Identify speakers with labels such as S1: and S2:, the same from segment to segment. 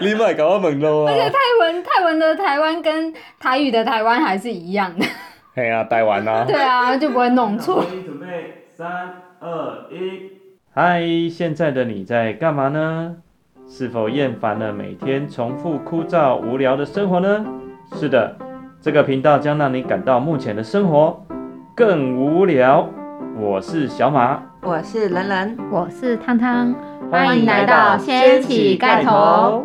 S1: 你买搞我问路啊
S2: 而！且泰文泰文的台湾跟台语的台湾还是一样的，
S1: 嘿啊，台湾啊！
S2: 对啊，就不会弄错。
S3: 准备，三二一。嗨，现在的你在干嘛呢？是否厌烦了每天重复枯燥无聊的生活呢？是的，这个频道将让你感到目前的生活更无聊。我是小马，
S4: 我是人人，
S5: 我是汤汤，
S4: 欢迎来到
S5: 掀起盖头。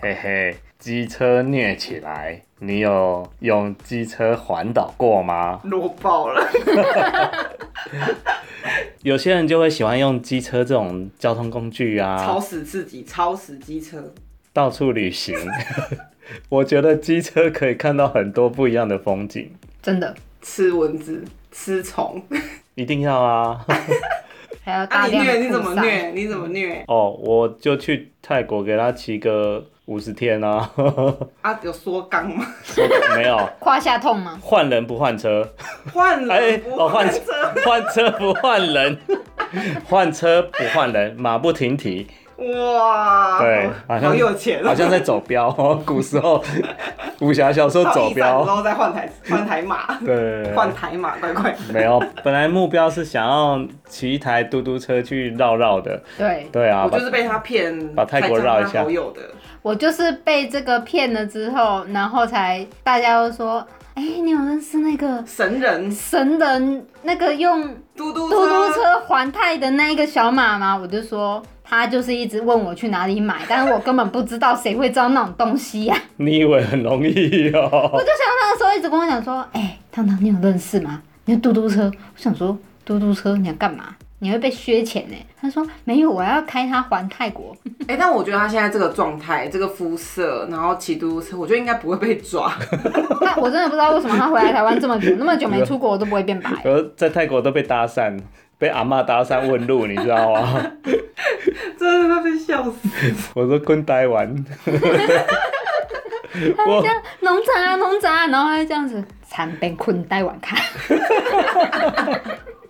S1: 嘿嘿，机车虐起来，你有用机车环岛过吗？
S4: 弱爆了。
S1: 有些人就会喜欢用机车这种交通工具
S6: 超
S1: 啊，
S6: 死自己，超死机车。
S1: 到处旅行。 我觉得机车可以看到很多不一样的风景，
S2: 真的，
S6: 吃蚊子，吃虫。
S1: 一定要啊！
S2: 还要
S6: 啊，
S2: 大
S6: 你
S2: 量的
S6: 虐你怎
S2: 菩
S6: 么
S2: 萨？
S6: 虐？你怎么虐？
S1: 哦，我就去泰国给他骑个五十天啊，
S6: 啊，有缩缸吗？
S1: 说 没有
S2: 胯下痛吗？
S1: 换人不换车，
S6: 换
S1: 哎
S6: 了，不
S1: 哦换
S6: 换车。
S1: 换车不换人，换车不换人，马不停蹄，
S6: 哇，
S1: 对好
S6: 好
S1: 像
S6: 有钱哦，
S1: 好像在走标哦。古时候武侠小说走
S6: 然
S1: 标，
S6: 后再换台换台马，
S1: 对对，对
S6: 换台马，乖乖。
S1: 没有，本来目标是想要骑一台嘟嘟车去绕绕的，
S2: 对
S1: 对啊，
S6: 我
S1: 把
S6: 就是被他骗，
S1: 把泰国绕一下
S6: 才加他好友的。
S2: 我就是被这个骗了之后，然后才大家都说，哎、你有认识那个
S6: 神人
S2: 神人那个用
S6: 嘟嘟
S2: 嘟嘟车环泰的那一个小马吗？我就说他就是一直问我去哪里买，但是我根本不知道谁会知道那种东西呀、
S1: 你以为很容易
S2: 我
S1: 哦？
S2: 就想那个时候一直跟我讲说，哎、糖糖你有认识吗？你有嘟嘟车？我想说嘟嘟车你要干嘛？你会被削钱呢、他说没有，我要开它环泰国。
S6: 哎、但我觉得他现在这个状态、这个肤色，然后骑嘟嘟车，我觉得应该不会被抓。
S2: 那我真的不知道为什么他回来台湾这么久，那么久没出国，我都不会变白。
S1: 我在泰国都被搭讪，被阿嬷搭讪问路，你知道吗？
S6: 真的会被笑死。
S1: 我说困呆完，我
S2: 这样农场啊，农场啊，然后他就这样子，残被困带晚看。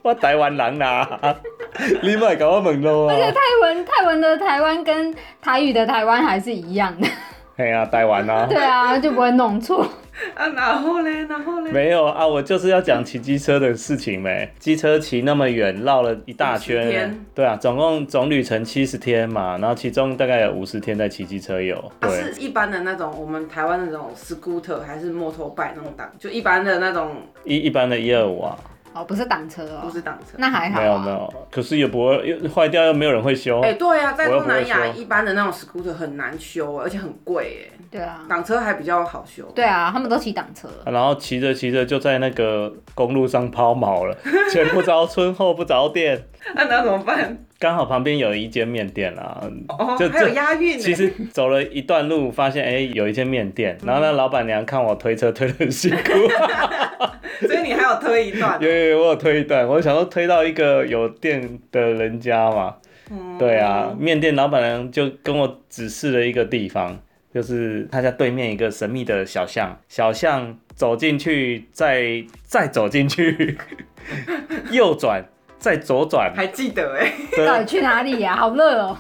S1: 我台湾人啦、 你莫甲我问路啊！
S2: 泰文泰文的台湾跟台语的台湾还是一样的，
S1: 嘿啊，台湾啊，
S2: 对啊，就不会弄错。
S6: 啊，然后嘞，然后嘞，
S1: 没有啊，我就是要讲骑机车的事情没。机车骑那么远，绕了一大
S6: 50
S1: 圈
S6: 天，
S1: 对啊，总共总旅程七十天嘛，然后其中大概有五十天在骑机车游，
S6: 啊、
S1: 对，
S6: 是一般的那种，我们台湾那种 scooter 还是摩托拜那种档，就一般的那种，
S1: 一一般的一二五啊，
S2: 哦，不是挡车哦，
S6: 不是档车。
S2: 那还好、啊。
S1: 没有没有，可是也不会又坏掉，又没有人会修
S6: 哎、，对啊，在
S1: 哦我又不
S6: 东
S1: 会
S6: 南亚
S1: 说
S6: 一般的那种 scooter 很难修，而且很贵哎，
S2: 对
S1: 嗯
S2: 啊，
S6: 挡车还比较好 修。
S2: 对啊，他们都骑挡车。
S1: 然后骑着骑着就在那个公路上抛锚了，前不着村后不着店，
S6: 那、啊那怎么办？
S1: 刚好旁边有一间面店啊，
S6: 哦
S1: 就，
S6: 还有
S1: 就
S6: 押韵呢。
S1: 其实走了一段路，发现哎、有一间面店，
S2: 嗯
S1: 然后那老板娘看我推车推得很辛 苦，
S6: 所以你还有推一段啊
S1: 因。为我有推一段，我想说推到一个有店的人家嘛，
S2: 嗯
S1: 对啊，面店老板娘就跟我指示了一个地方，就是他家对面一个神秘的小巷，小巷走进去，再再走进去， 右转，再左转，
S6: 还记得哎、
S1: 对
S2: 到底去哪里呀、好热哦！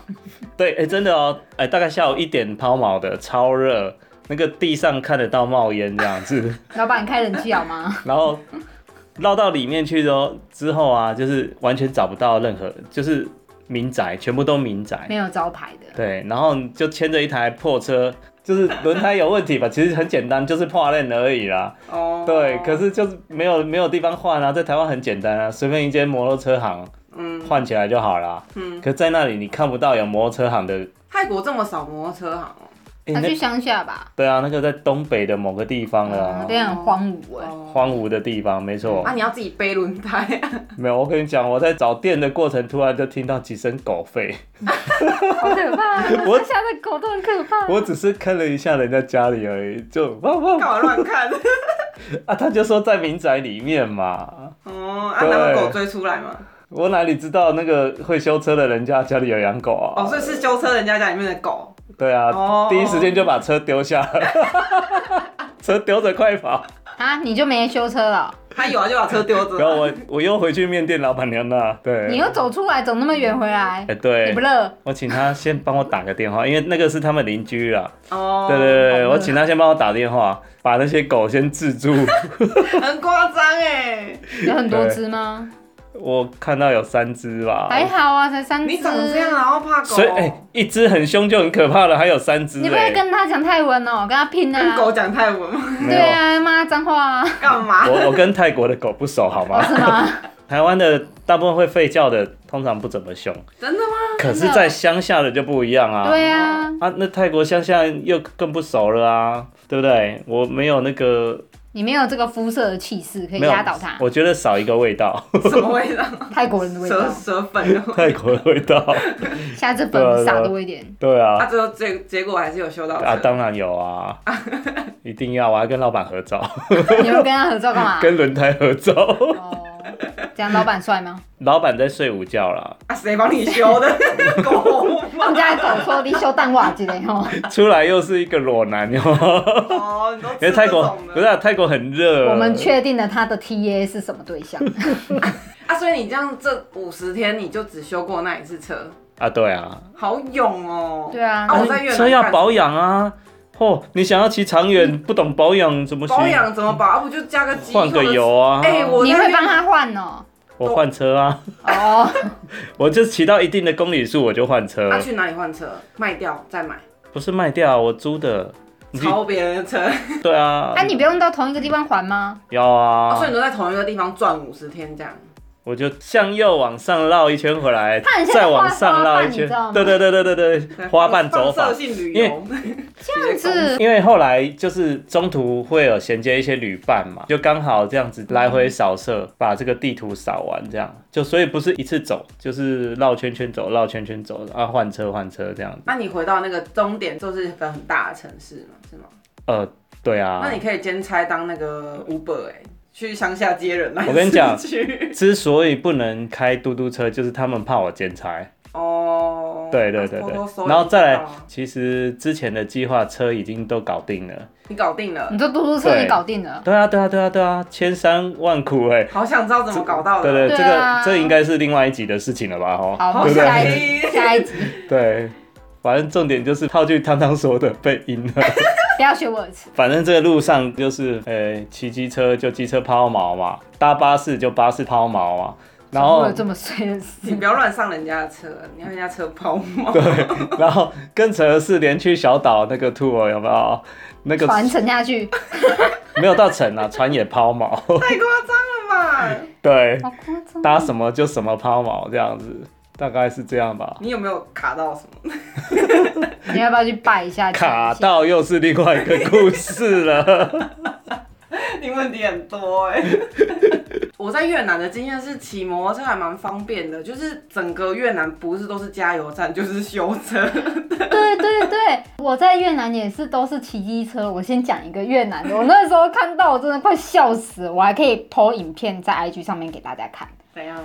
S1: 对，哎、真的哦，哎、大概下午一点抛锚的，超热，那个地上看得到冒烟这样子，
S2: 老板开冷气好吗？
S1: 然后绕到里面去之后，之后啊，就是完全找不到任何，就是民宅，全部都民宅
S2: 没，有招牌的，
S1: 对，然后你就牵着一台破车，就是轮胎有问题吧，其实很简单，就是破链而已啦，
S6: 哦，
S1: 对，可是就是没有没有地方换啊，在台湾很简单啊，随便一间摩托车行
S6: 嗯，
S1: 换起来就好啦，
S6: 嗯
S1: 可在那里你看不到有摩托车行的。
S6: 泰国这么少摩托车行哦。
S1: 哎
S2: 他
S1: 那
S2: 去乡下吧，
S1: 对啊，那个在东北的某个地方了、啊
S2: 有，点很荒芜哎、
S6: 哦
S1: 荒芜的地方，没错。
S6: 啊，你要自己背轮胎、
S1: 没有，我跟你讲，我在找店的过程，突然就听到几声狗吠，
S2: 好可怕、啊！
S1: 我
S2: 乡下的狗都很可怕、
S6: 啊
S1: 我只是看了一下人家家里而已，就汪汪
S6: 干嘛乱 看？
S1: 啊，他就说在民宅里面嘛，
S6: 哦，啊，
S1: 对
S6: 然后狗追出来嘛。
S1: 我哪里知道那个会修车的人家家里有养狗啊？
S6: 哦，所以是修车人家家里面的狗。
S1: 对啊，
S6: 哦
S1: 第一时间就把车丢下了，车丢着快跑，
S2: 啊，你就没修车了哦、
S6: 他有啊，就把车丢
S1: 然后
S6: 着。
S1: 我我又回去面店老板娘那，对，
S2: 你又走出来，走那么远回
S1: 哎、，
S2: 来你
S1: 对
S2: 不，热？
S1: 我请他先帮我打个电话，因为那个是他们邻居啦。
S6: 哦，
S1: 对对对对，我请他先帮我打电话，把那些狗先制住。
S6: 很夸张哎！
S2: 有很多只吗？
S1: 我看到有三只吧，
S2: 还好啊，才三只。
S6: 你长这样，然后怕狗，啊
S1: 所以哎、一只很凶就很可怕了，还有三只、
S2: 你不会
S1: 哎，
S2: 跟他讲泰文哦、跟他拼
S6: 跟
S2: 啊！
S6: 狗讲泰 文吗？
S1: 没有
S2: 对啊，骂 脏话啊，
S6: 干嘛？
S1: 我我跟泰国的狗不熟，好吗？
S2: 是吗？
S1: 台湾的大部分会吠叫的，通常不怎么凶，
S6: 真的吗？
S1: 可是，在乡下的就不一样啊。
S2: 对啊，
S1: 啊，那泰国乡下又更不熟了啊，对不对？我没有那个，
S2: 你没有这个肤色的气势可以
S1: 没有
S2: 压倒他。
S1: 我觉得少一个味道，
S6: 什么味道？
S2: 泰国人的味
S6: 蛇
S2: 道，
S6: 蛇粉的味道。
S1: 泰国的味 道。
S2: 下次
S1: 对啊对
S2: 粉
S1: 啊
S2: 撒多一点。
S1: 对啊，
S6: 啊，最后结结果还是有修到
S1: 啊，
S6: 车。
S1: 当然有啊，一定要啊，我还跟老板合照，
S2: 啊你们跟他合照干嘛？
S1: 跟轮胎合照。
S2: 哦，这样老板帅吗？
S1: 老板在睡午觉啦，
S6: 啊，谁帮你 修的？狗
S2: 他
S6: 吗？
S2: 们家的狗说你修蛋瓦之类吼，
S1: 出来又是一个裸男哟。
S6: 哦，你都
S1: 因为
S6: 吃
S1: 泰
S6: 这
S1: 国
S6: 种
S1: 不是、
S6: 的。
S1: 啊、泰国很热，
S2: 我们确定了他的 TA 是什么对象。
S6: 啊，所以你这样这五十天你就只修过那一次车，
S1: 啊，对啊，
S6: 好勇哦。
S2: 对啊，
S6: 啊我在越南
S1: 车要
S6: 干嗯
S1: 保养啊。哦，你想要骑长远，不懂保养怎么行？
S6: 保养怎么保？啊，不就加个机
S1: 换个油啊！
S6: 哎、我
S2: 你
S6: 在
S2: 会
S6: 越
S2: 帮他换哦。
S1: 我换车啊，
S2: 哦，
S1: 我就骑到一定的公里数我就换车，
S6: 啊他、去哪里换车？卖掉再买，
S1: 不是卖掉，啊我租的。你去
S6: 抄别人的车。
S1: 对啊
S6: 哎
S2: 那，你不用到同一个地方还吗？
S1: 要
S6: 啊所
S1: 啊，
S6: 以你都在同一个地方转五十天这样。
S1: 我就向右往上绕一圈回来
S2: 它很，像
S1: 再
S2: 花
S1: 往上绕一
S2: 花瓣你
S1: 圈
S2: 知道吗，
S1: 对对对对对对，花瓣走法
S6: 放射。性旅游，这
S2: 但是
S1: 因为后来就是中途会有衔接一些旅伴嘛，就刚好这样子来回扫射，把这个地图扫完，这样就所以不是一次走，就是绕圈圈走，绕圈圈走，啊换车换车这样子。
S6: 那你回到那个终点，就是一个很大的城市嘛，是吗？
S1: 呃，对啊
S6: 那，你可以兼差当那个 Uber 哎、去乡下接人来市区。
S1: 我跟你讲
S6: 去
S1: 之所以不能开嘟嘟车，就是他们怕我兼差。
S6: 哦，
S1: 对对对
S6: 偷
S1: 对
S6: 偷搜，
S1: 然后再
S6: 你
S1: 来
S6: 知道，
S1: 其实之前的计划车已经都搞定了。
S6: 你搞定了
S2: 你，这嘟嘟车
S1: 对
S2: 你搞定了，
S1: 对啊，对啊，对啊，对啊，千山万苦哎、
S6: 好想知道怎么搞到的。
S1: 对对，
S2: 对
S1: 这个
S2: 啊
S1: 这应该是另外一集的事情了吧？吼，
S2: 好，我
S6: 好
S2: 们
S1: 对不
S2: 下
S1: 对？
S2: 一集，下一集
S1: 对，反正重点就是套句汤汤说的被阴了。
S2: 不要学我的词。
S1: 反正这个路上就是，呃，骑机车就机车抛锚嘛，搭巴士就巴士抛锚嘛，然
S2: 怎么会
S1: 后
S2: 有这么衰的事，
S6: 你不要乱上人家的车，你要人家车抛锚。
S1: 然后更扯的是连去小岛那个 tour 有没有？那个
S2: 传承下去，
S1: 没有到城啊，船也抛锚，
S6: 太夸张了吧？
S1: 对，
S2: 好夸张。
S1: 搭什么就什么抛锚这样子，大概是这样吧。
S6: 你有没有卡到什么？
S2: 你要不要去拜一下？
S1: 卡到又是另外一个故事 了，
S6: 你问题很多哎、我在越南的经验是骑摩托车还蛮方便的，就是整个越南不是都是加油站，就是修车。
S2: 对对对，我在越南也是都是骑机车。我先讲一个越南的，我那时候看到我真的快笑死了，我还可以 PO 影片在 IG 上面给大家看。
S6: 怎样？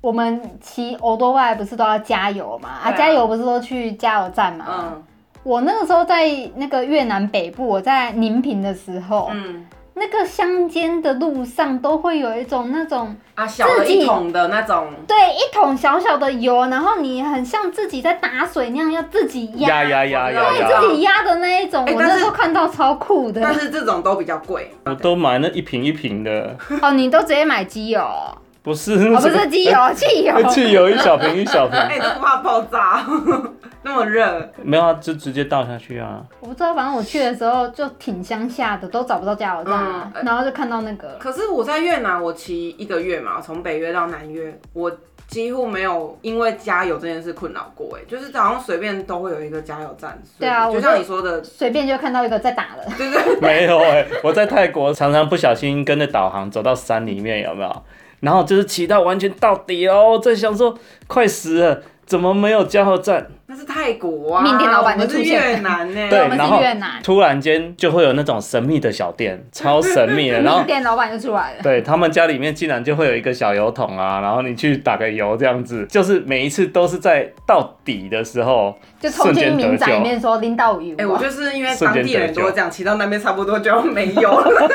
S2: 我们骑欧多外不是都要加油嘛？啊，
S6: 对啊
S2: 加油不是都去加油站嘛？
S6: 嗯
S2: 我那个时候在那个越南北部，我在宁平的时候，
S6: 嗯，
S2: 那个乡间的路上都会有一种那种
S6: 啊，小的一桶的那种，
S2: 对一桶小小的油，然后你很像自己在打水那样，要自己压，
S1: 呀呀呀呀
S6: 我知
S1: 呀
S6: 道！
S2: 自己压的那一种。
S6: 哎
S2: 我
S6: 但
S2: 那
S6: 是
S2: 时候看到超酷的。
S6: 但是这种都比较贵。
S1: 我都买那一瓶一瓶的，
S2: 哦，你都直接买机油哦，
S1: 不是，
S2: 哦不是机油，汽 油。
S1: 汽油一小瓶一小
S2: 嗯
S1: 瓶，
S6: 哎、都不怕爆炸， 那么热。
S1: 没有啊，就直接倒下去啊。
S2: 我不知道，反正我去的时候就挺乡下的，都找不到加油站啊、
S6: 嗯
S2: 然后就看到那个
S6: 可是我在越南，我骑一个月嘛，从北约到南约，我几乎没有因为加油这件事困扰过、哎，就是好像随便都会有一个加油站。
S2: 对啊
S6: 就
S2: 我
S6: 像
S2: 就
S6: 你说的，
S2: 随便就看到一个在打的，
S6: 对对
S1: 没有哎、我在泰国常常不小心跟着导航走到山里面，有没有？然后就是骑到完全到底哦，在想说快死了，怎么没有加油站？
S6: 那是泰国啊，
S2: 缅甸老板
S6: 我
S2: 就
S6: 们是
S2: 出现了
S6: 越南呢、
S1: 对
S2: 我们
S1: 然后
S2: 是越南，
S1: 突然间就会有那种神秘的小店，超神秘 的，然后
S2: 缅。甸老板就出来了。
S1: 对他们家里面竟然就会有一个小油桶啊，然后你去打个油这样子，就是每一次都是在到底的时候
S2: 就冲
S1: 瞬
S2: 进
S1: 间
S2: 民
S1: 得
S2: 宅里
S1: 救。
S2: 面说拎到鱼，
S6: 哎、我
S2: 哇
S6: 就是因为
S1: 瞬
S6: 当
S1: 间
S6: 地
S1: 得
S6: 人
S1: 救
S6: 都会这样，骑到那边差不多就要没油了，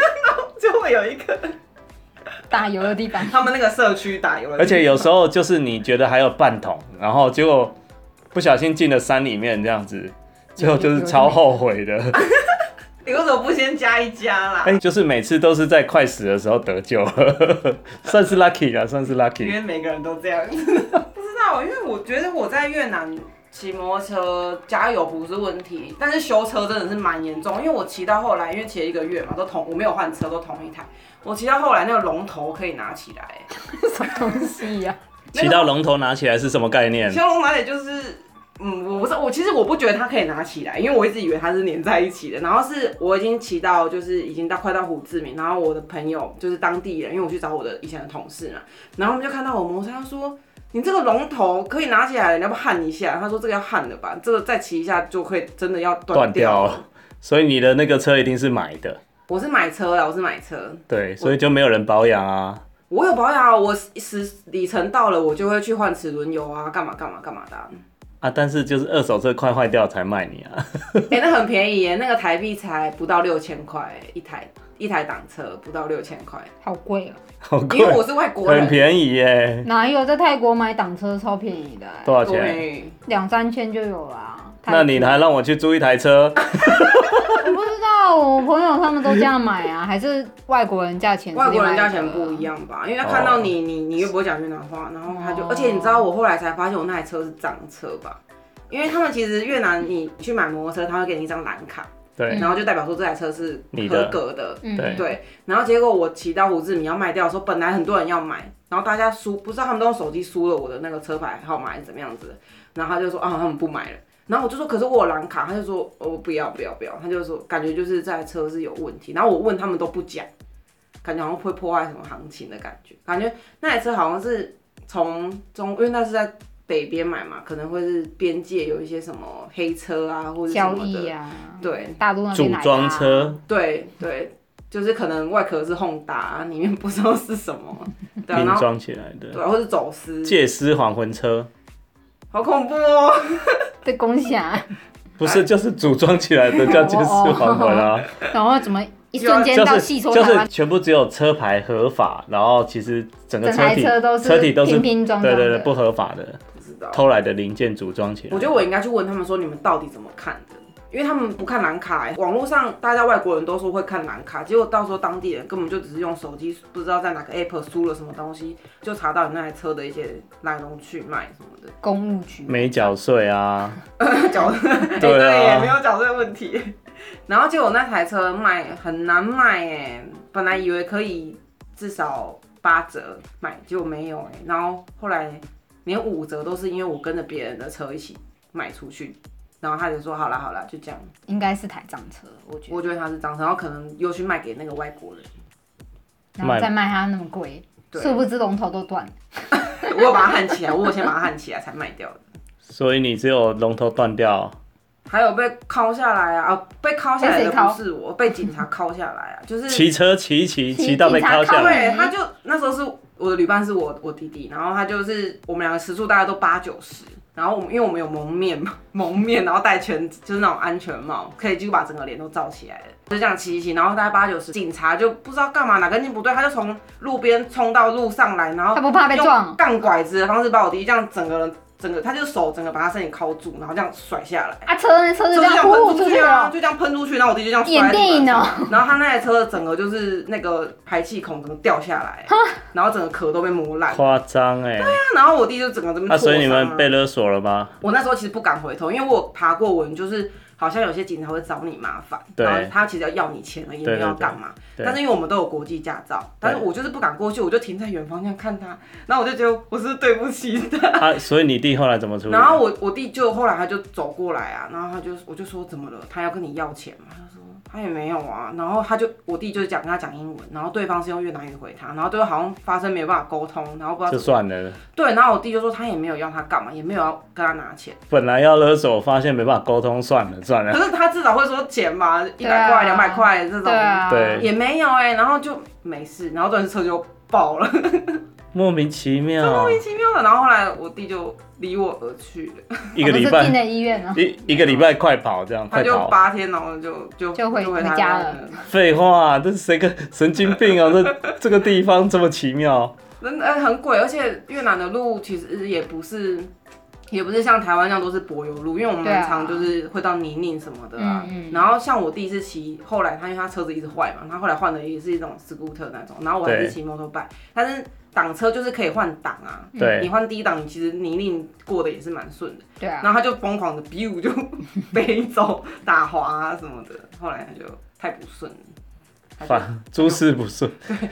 S6: 就会有一个
S2: 打油的地方，
S6: 他们那个社区打 油的地方，
S1: 而且有时候就是你觉得还有半桶，然后结果不小心进了山里面这样子，最后就是超后悔的。
S6: 你为什么不先加一加啦？
S1: 哎、就是每次都是在快死的时候得救， 算是 lucky 了，算是
S6: 因
S1: lucky。
S6: 为每个人都这样， 不知道，因为我觉得我在越南骑摩托车加油不是问题，但是修车真的是蛮严重，因为我骑到后来，因为骑了一个月嘛，都同我没有换车，都同一台，我骑到后来那个龙头可以拿起来，
S2: 什么东西啊 呀、
S1: 骑到龙头拿起来是什么概念？
S6: 修龙哪里就是。嗯，我不是我，其实我不觉得它可以拿起来，因为我一直以为它是粘在一起的。然后是我已经骑到，就是已经到快到胡志明，然后我的朋友就是当地人，因为我去找我的以前的同事嘛，然后他们就看到我摩擦，他说：“你这个龙头可以拿起来，你要不要焊一下？”他说：“这个要焊的吧，这个再骑一下就可以真的要断
S1: 断掉了。所以你的那个车一定是买的，
S6: 我是买车啦，我是买车，
S1: 对，所以就没有人保养啊。
S6: 我有保养啊，我时里程到了，我就会去换齿轮油啊，干嘛干嘛干嘛的啊、
S1: 啊，但是就是二手车快坏掉才卖你啊，
S6: 哎、那很便宜耶，那个台币才不到六千块一台，一台挡车不到六千块，
S2: 好贵哦、
S1: 好贵
S6: 因，为我是外国人，
S1: 很便宜耶，
S2: 哪有在泰国买挡车超便宜的、欸，
S1: 多少钱？
S6: 对，
S2: 两三千就有啊啦。
S1: 那你还
S2: 呢？
S1: 让我去租一台车？
S2: 我不知道，我朋友他们都这样买啊，还是外国人价钱？
S6: 外国人价钱不一。样吧？因为他看
S1: 哦
S6: 到你，你你又不会讲越南话，然后他就，
S2: 哦
S6: 而且你知道我后来才发现我那台车是藏车吧？因为他们其实越南你去买摩托车，他会给你一张蓝卡，
S1: 对
S6: 然后就代表说这台车是
S1: 你
S6: 合
S1: 的
S6: 格的，
S2: 嗯
S1: 对
S6: 对，然后结果我骑到胡志明要卖掉的时候，本来很多人要买，然后大家输，不知道他们都用手机输了我的那个车牌号码还是怎么样子的，然后他就说啊，他们不买了。然后我就说，可是我有蓝卡，他就说我、哦不要不要不要，他就说感觉就是这台车是有问题。然后我问他们都不讲，感觉好像会破坏什么行情的感觉，感觉那台车好像是从中，因为那是在北边买嘛，可能会是边界有一些什么黑车啊或者什
S2: 交
S6: 么
S2: 易
S6: 的，
S2: 啊，
S6: 对，
S2: 大陆那边
S1: 组
S2: 来的啊
S1: 装，车，
S6: 对对，就是可能外壳是 Honda，里面不知道是 什么，对啊，
S1: 拼
S6: 然后
S1: 装起来的，
S6: 对啊，或是走私，
S1: 借尸还魂车，
S6: 好恐怖哦！
S2: 对啊共享，
S1: 不是就是组装起来的叫借尸还魂啊，
S2: 然后怎么一瞬间
S1: 就
S2: 到
S1: 是
S2: 细说
S1: 就
S2: 台湾
S1: 是全部只有车牌合法，然后其实整个
S2: 整
S1: 车
S2: 台
S1: 体
S2: 车都是
S1: 车体都是
S2: 拼拼装
S1: 对
S2: 装
S1: 对对
S2: 的
S1: 不合法的
S6: 不知道，
S1: 偷啊来的零件组装起来。
S6: 我觉得我应该去问他们说你们到底怎么看的，因为他们不看蓝卡、欸，网络上大家外国人都说会看蓝卡，结果到时候当地人根本就只是用手机，不知道在哪个 app 输了什么东西，就查到你那台车的一些来龙去脉什么的，
S2: 公务局
S1: 没缴税啊，
S6: 讲
S1: 对啊
S6: 哎对耶，没有讲这个问题。 然后结果那台车卖很难卖哎，本来以为可以至少八折买，结果没有哎。然后后来连五折都是因为我跟着别人的车一起卖出去，然后他就说好啦好啦，就这样。
S2: 应该是台藏车，我觉得，
S6: 我觉得他是这样，然后可能又去卖给那个外国人，
S2: 然后再卖它那么贵，
S6: 对
S2: 殊不知龙头都断了。
S6: 我有把它焊起来，我有先把它焊起来才 卖掉的。
S1: 所以你只有龙头断掉，
S6: 还有被铐下来啊，啊被铐下来
S2: 被
S6: 的
S2: 谁铐
S6: 不是我，被警察铐下来啊， 就是
S1: 骑车骑一骑
S2: 骑
S1: 骑到被
S2: 警察
S1: 铐下
S2: 铐
S1: 来，
S6: 对，他就那时候是我的旅伴是我我弟弟，然后他就是我们两个时速大概都八九十，然后我们因为我们有蒙面嘛， 蒙面，然后戴全就是那种安全帽，可以几乎把整个脸都罩起来了，就这样骑一骑，然后大概八九十，警察就不知道干嘛哪根筋不对，他就从路边冲到路上来，然后
S2: 他不怕被撞
S6: 哦用杠拐子的方式把我弟弟这样整个人整个，他就手整个把他身体铐住，然后这样甩下来。
S2: 啊，车那车
S6: 就
S2: 就
S6: 这
S2: 这样
S6: 样喷
S2: 呼出
S6: 出
S2: 去
S6: 去啊，
S2: 了，
S6: 就这样喷出去，然后我弟就这样摔
S2: 演
S6: 在地
S2: 电
S6: 板
S2: 影
S6: 上
S2: 哦。
S6: 然后他那台车整个就是那个排气孔整个掉下来，然后整个壳都被磨烂。
S1: 夸张哎，
S6: 然后我弟就整个这边、
S1: 那
S6: 啊
S1: 啊所以你们被勒索了吗？
S6: 我那时候其实不敢回头，因为我有爬过文，就是好像有些警察会找你麻烦，
S1: 对
S6: 然后他其实要要你钱而已，
S1: 对
S6: 没有要干嘛。
S1: 对对
S6: 但是因为我们都有国际驾照，但是我就是不敢过去，我就停在远方这样看他，然后我就觉得我是不是对不起他。
S1: 啊，所以你弟后来怎么处理？
S6: 然后我我弟就后来他就走过来啊，然后他就我就说怎么了？他要跟你要钱嘛？他说他也没有啊。然后他就我弟就讲跟他讲英文，然后对方是用越南语回他，然后最后好像发生没有办法沟通，然后不知
S1: 就
S6: 道
S1: 算了，
S6: 对，然后我弟就说他也没有要他干嘛，也没有要跟他拿钱，
S1: 本来要勒索，发现没办法沟通，算了算
S6: 可
S1: 了，
S6: 是他至少会说钱嘛，一
S2: 啊
S6: 百块、两百块这种、
S2: 对啊，
S1: 对
S6: 欸
S2: 哦
S6: 也没有哎、然后就没事，然后这车就爆了。
S1: 莫名其妙
S6: 莫，名其妙的。然后后来我弟就离我而去了，
S1: 一个
S2: 我
S1: 礼
S2: 是进
S1: 拜
S2: 了医院 了，
S1: 一一个礼拜快跑这样，
S6: 他
S1: 哦快
S6: 就
S1: 跑！
S6: 八天，然后就就
S2: 就回
S6: 回他
S2: 回家
S6: 那
S2: 了
S6: 了。
S1: 废话，这是谁个神经病啊？这这个地方这么奇妙，
S6: 真的很贵，而且越南的路其实也不是，也不是像台湾那样都是柏油路，因为我们
S2: 对啊
S6: 很常就是会到泥泞什么的啊。
S2: 嗯嗯
S6: 然后像我弟是骑，后来他因为他车子一直坏嘛，他后来换的也是一种 scooter 那种，然后我还
S1: 对
S6: 是骑摩托 r 但是挡车就是可以换挡啊。
S2: 嗯
S1: 对
S6: 你换第一档，你其实泥泞过的也是蛮顺的。
S2: 对啊
S6: 然，后他就疯狂的 biu 就 飞走、打滑啊什么的，后来他就太不顺了。他就
S1: 反诸事不顺，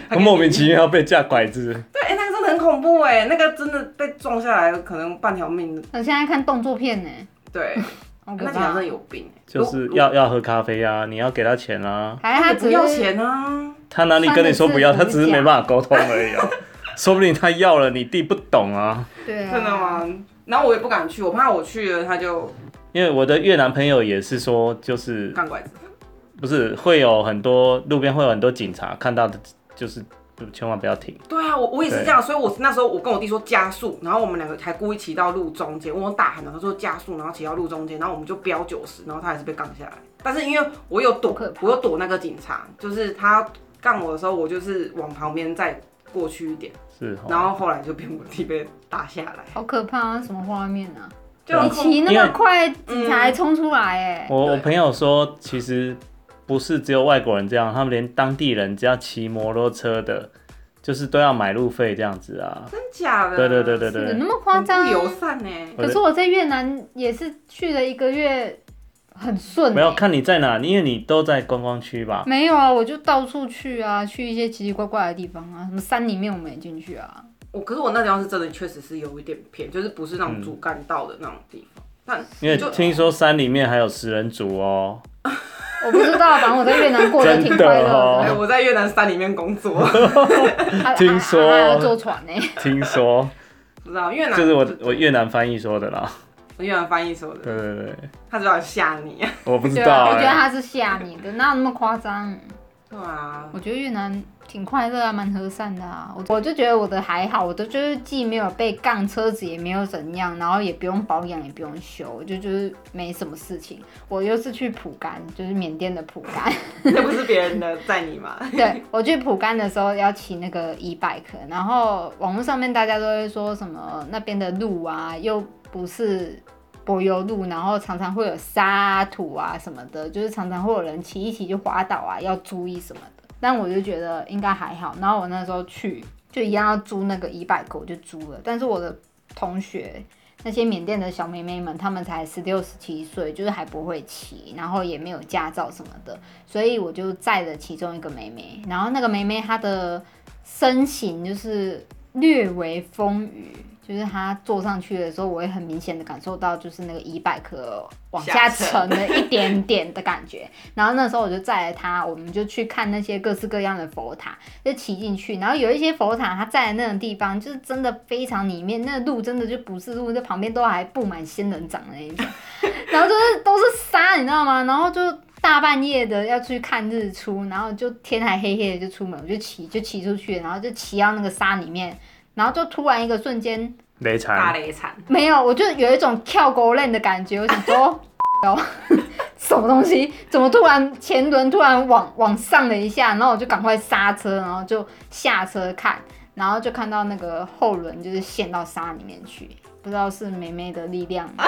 S6: 他给你
S1: 莫名其妙被架拐子，
S6: 对，哎、那个真的很恐怖哎、那个真的被撞下来，可能半条命。
S2: 我现在看动作片呢，
S6: 对，
S2: 好
S6: 啊
S2: 可
S6: 那条真
S2: 怕
S6: 的。有病、欸。
S1: 就是
S6: 如
S1: 要要喝咖啡啊，你要给他钱啊，
S2: 还
S6: 如
S2: 是他
S6: 他不
S2: 只
S6: 要
S2: 是
S6: 钱啊，
S1: 他哪里跟你说不要，
S2: 穿
S1: 他
S2: 的
S1: 只是
S2: 是
S1: 没办法沟通而已 啊，说不定他要了，你弟不懂啊。
S2: 对啊，
S6: 真的？吗？然后我也不敢去，我怕我去了他就
S1: 因为我的越南朋友也是说，就是
S6: 干拐子。
S1: 不是会有很多路边会有很多警察看到的，就是千万不要停。
S6: 对啊，我我也是
S1: 对
S6: 这样，所以我那时候我跟我弟说加速，然后我们两个还故意骑到路中间，我用大喊的，他说加速，然后骑到路中间，然后我们就飙九十，然后他还是被杠下来。但是因为我有躲
S2: 好可，怕
S6: 我有躲那个警察，就是他杠我的时候，我就是往旁边再过去一点，
S1: 是哦，
S6: 然后后来就变我弟被打下来。
S2: 好可怕啊！什么画面啊？
S6: 就
S2: 你
S6: 很恐
S2: 骑那
S1: 因为
S2: 么
S6: 嗯
S2: 快，警察还冲出来哎，
S1: 我我
S6: 对
S1: 朋友说，其实不是只有外国人这样，他们连当地人只要骑摩托车的，就是都要买路费这样子啊。
S6: 真假的？
S1: 对对对对
S2: 有
S1: 对
S2: 那，么夸张啊
S6: 很不？友善欸呢。
S1: 我的
S2: 可是我在越南也是去了一个月，很顺欸。
S1: 没有看你在哪，因为你都在观光区 吧。
S2: 没有啊，我就到处去啊，去一些奇奇怪怪的地方啊，什么山里面我们也进去啊。
S6: 我可是我那地方是真的确实是有一点偏，就是不是那
S1: 嗯
S6: 种主干道的那种地方。但
S1: 因为
S6: 就
S1: 听说山里面还有食人族哦，
S2: 我不知道，反正我在越南过 得挺快乐
S6: 哎，
S1: 真哦
S6: 我在越南山里面工作，
S2: 还
S1: 听说
S2: 还还要坐船呢、
S1: 听说
S6: 不知道越南
S1: 就是我我越南翻译说的啦。
S6: 我越南翻译说的，
S1: 对对对，
S6: 他就要吓你。
S1: 我不知
S2: 对
S1: 道
S2: 啊，我觉得
S1: 哎、
S2: 他是吓你的，哪有那么夸张？
S6: 对啊，
S2: 我觉得越南挺快乐啊，蛮和善的啊。我我就觉得我的还好，我的就是既没有被杠，车子也没有怎样，然后也不用保养，也不用修，我就就是没什么事情。我又是去蒲甘，就是缅甸的蒲甘。
S6: 那不是别人的在你吗？
S2: 对我去蒲甘的时候要骑那个 e bike，然后网络上面大家都会说什么呃那边的路啊，又不是柏油路，然后常常会有沙啊、土啊什么的，就是常常会有人骑一骑就滑倒啊，要注意什么的。但我就觉得应该还好，然后我那时候去就一样要租那个 e bike，我就租了，但是我的同学。那些缅甸的小妹妹们，她们才十六、十七岁，就是还不会骑，然后也没有驾照什么的，所以我就载了其中一个妹妹，然后那个妹妹她的身形就是略微丰腴，就是她坐上去的时候，我会很明显的感受到就是那个一百克往下沉了一点点的感觉。然后那时候我就载了她，我们就去看那些各式各样的佛塔，就骑进去，然后有一些佛塔它在那种地方就是真的非常里面，那路真的就不是路，就旁边都还布满仙人掌的那一种。 然后就是都是沙，你知道吗？然后就大半夜的要去看日出，然后就天还黑黑的就出门，我就骑就骑出去，然后就骑到那个沙里面，然后就突然一个瞬间
S1: 雷
S6: 大
S1: 惨，
S6: 雷惨，
S2: 没有，我就有一种跳狗链的感觉，我想说。哦，什么东西？怎么突然前轮突然往往上了一下，然后我就赶快刹车，然后就下车看，然后就看到那个后轮就是陷到沙里面去，不知道是梅梅的力量吗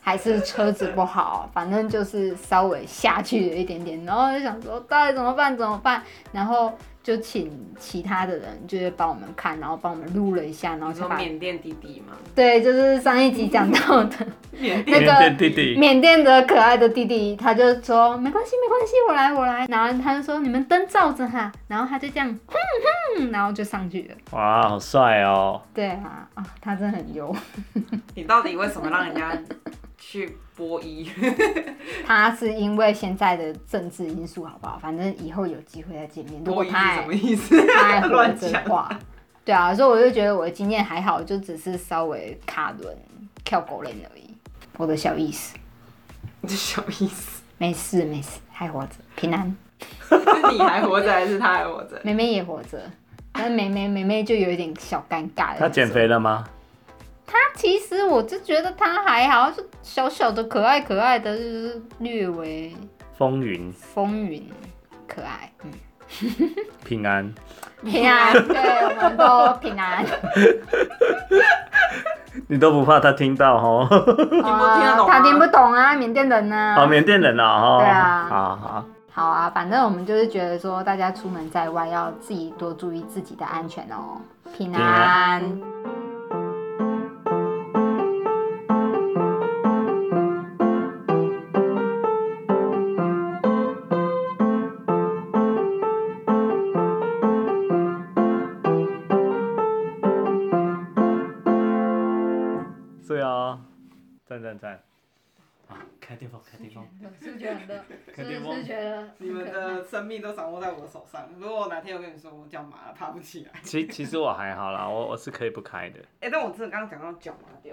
S2: 还是车子不好，反正就是稍微下去了一点点，然后就想说到底怎么办怎么办，然后就请其他的人就是帮我们看，然后帮我们录了一下，然后
S6: 你
S2: 才
S6: 说
S2: 把
S6: 缅甸弟弟吗？
S2: 对，就是上一集讲到的
S6: 缅
S2: 那
S1: 缅
S2: 个
S1: 甸弟弟，
S2: 缅甸的可爱的弟弟，他就说没关系，没关系，我来，我来。然后他就说你们灯照着哈，然后他就这样，哼哼，然后就上去了。
S1: 哇，好帅哦！
S2: 对啊，啊，他真的很优，
S6: 你到底为什么让人家去播 一？
S2: 他是因为现在的政治因素，好不好？反正以后有机会再见面。如
S6: 播
S2: 果
S6: 一
S2: 他
S6: 是什
S2: 还
S6: 么意思？
S2: 他还活
S6: 乱
S2: 着
S6: 讲
S2: 的话，对啊，所以我就觉得我的经验还好，就只是稍微卡轮跳狗链而已，我的小意思，
S6: 这什么意思？
S2: 没事没事，还活着，平安。
S6: 是你还活着还是他还活着？
S2: 妹妹也活着，但是妹妹妹妹就有一点小尴尬的。
S1: 他减肥了吗？
S2: 她其实我就觉得她还好，就小小的可爱可爱的，就是略微
S1: 风云
S2: 风云可爱， 嗯，
S1: 平安，
S2: 平安，对，我们都平安。
S1: 你都不怕他听到哦？
S2: 听
S6: 不听得懂吗
S2: 他听不懂啊，缅甸人呢、
S1: 好，缅甸人了哦。
S2: 对啊
S1: 好好，
S2: 好啊，反正我们就是觉得说，大家出门在外要自己多注意自己的安全哦。平
S1: 平
S2: 安。
S1: 对啊，赞赞赞！啊，开电风，开电风，
S2: 是不是觉得很热？
S1: 开电风，
S2: 觉得
S6: 你们的生命都掌握在我的手上。如果我哪天我跟你说我脚麻了，爬不起来，
S1: 其其实我还好啦，我我是可以不开的。
S6: 哎、但我真的刚刚讲到脚麻掉，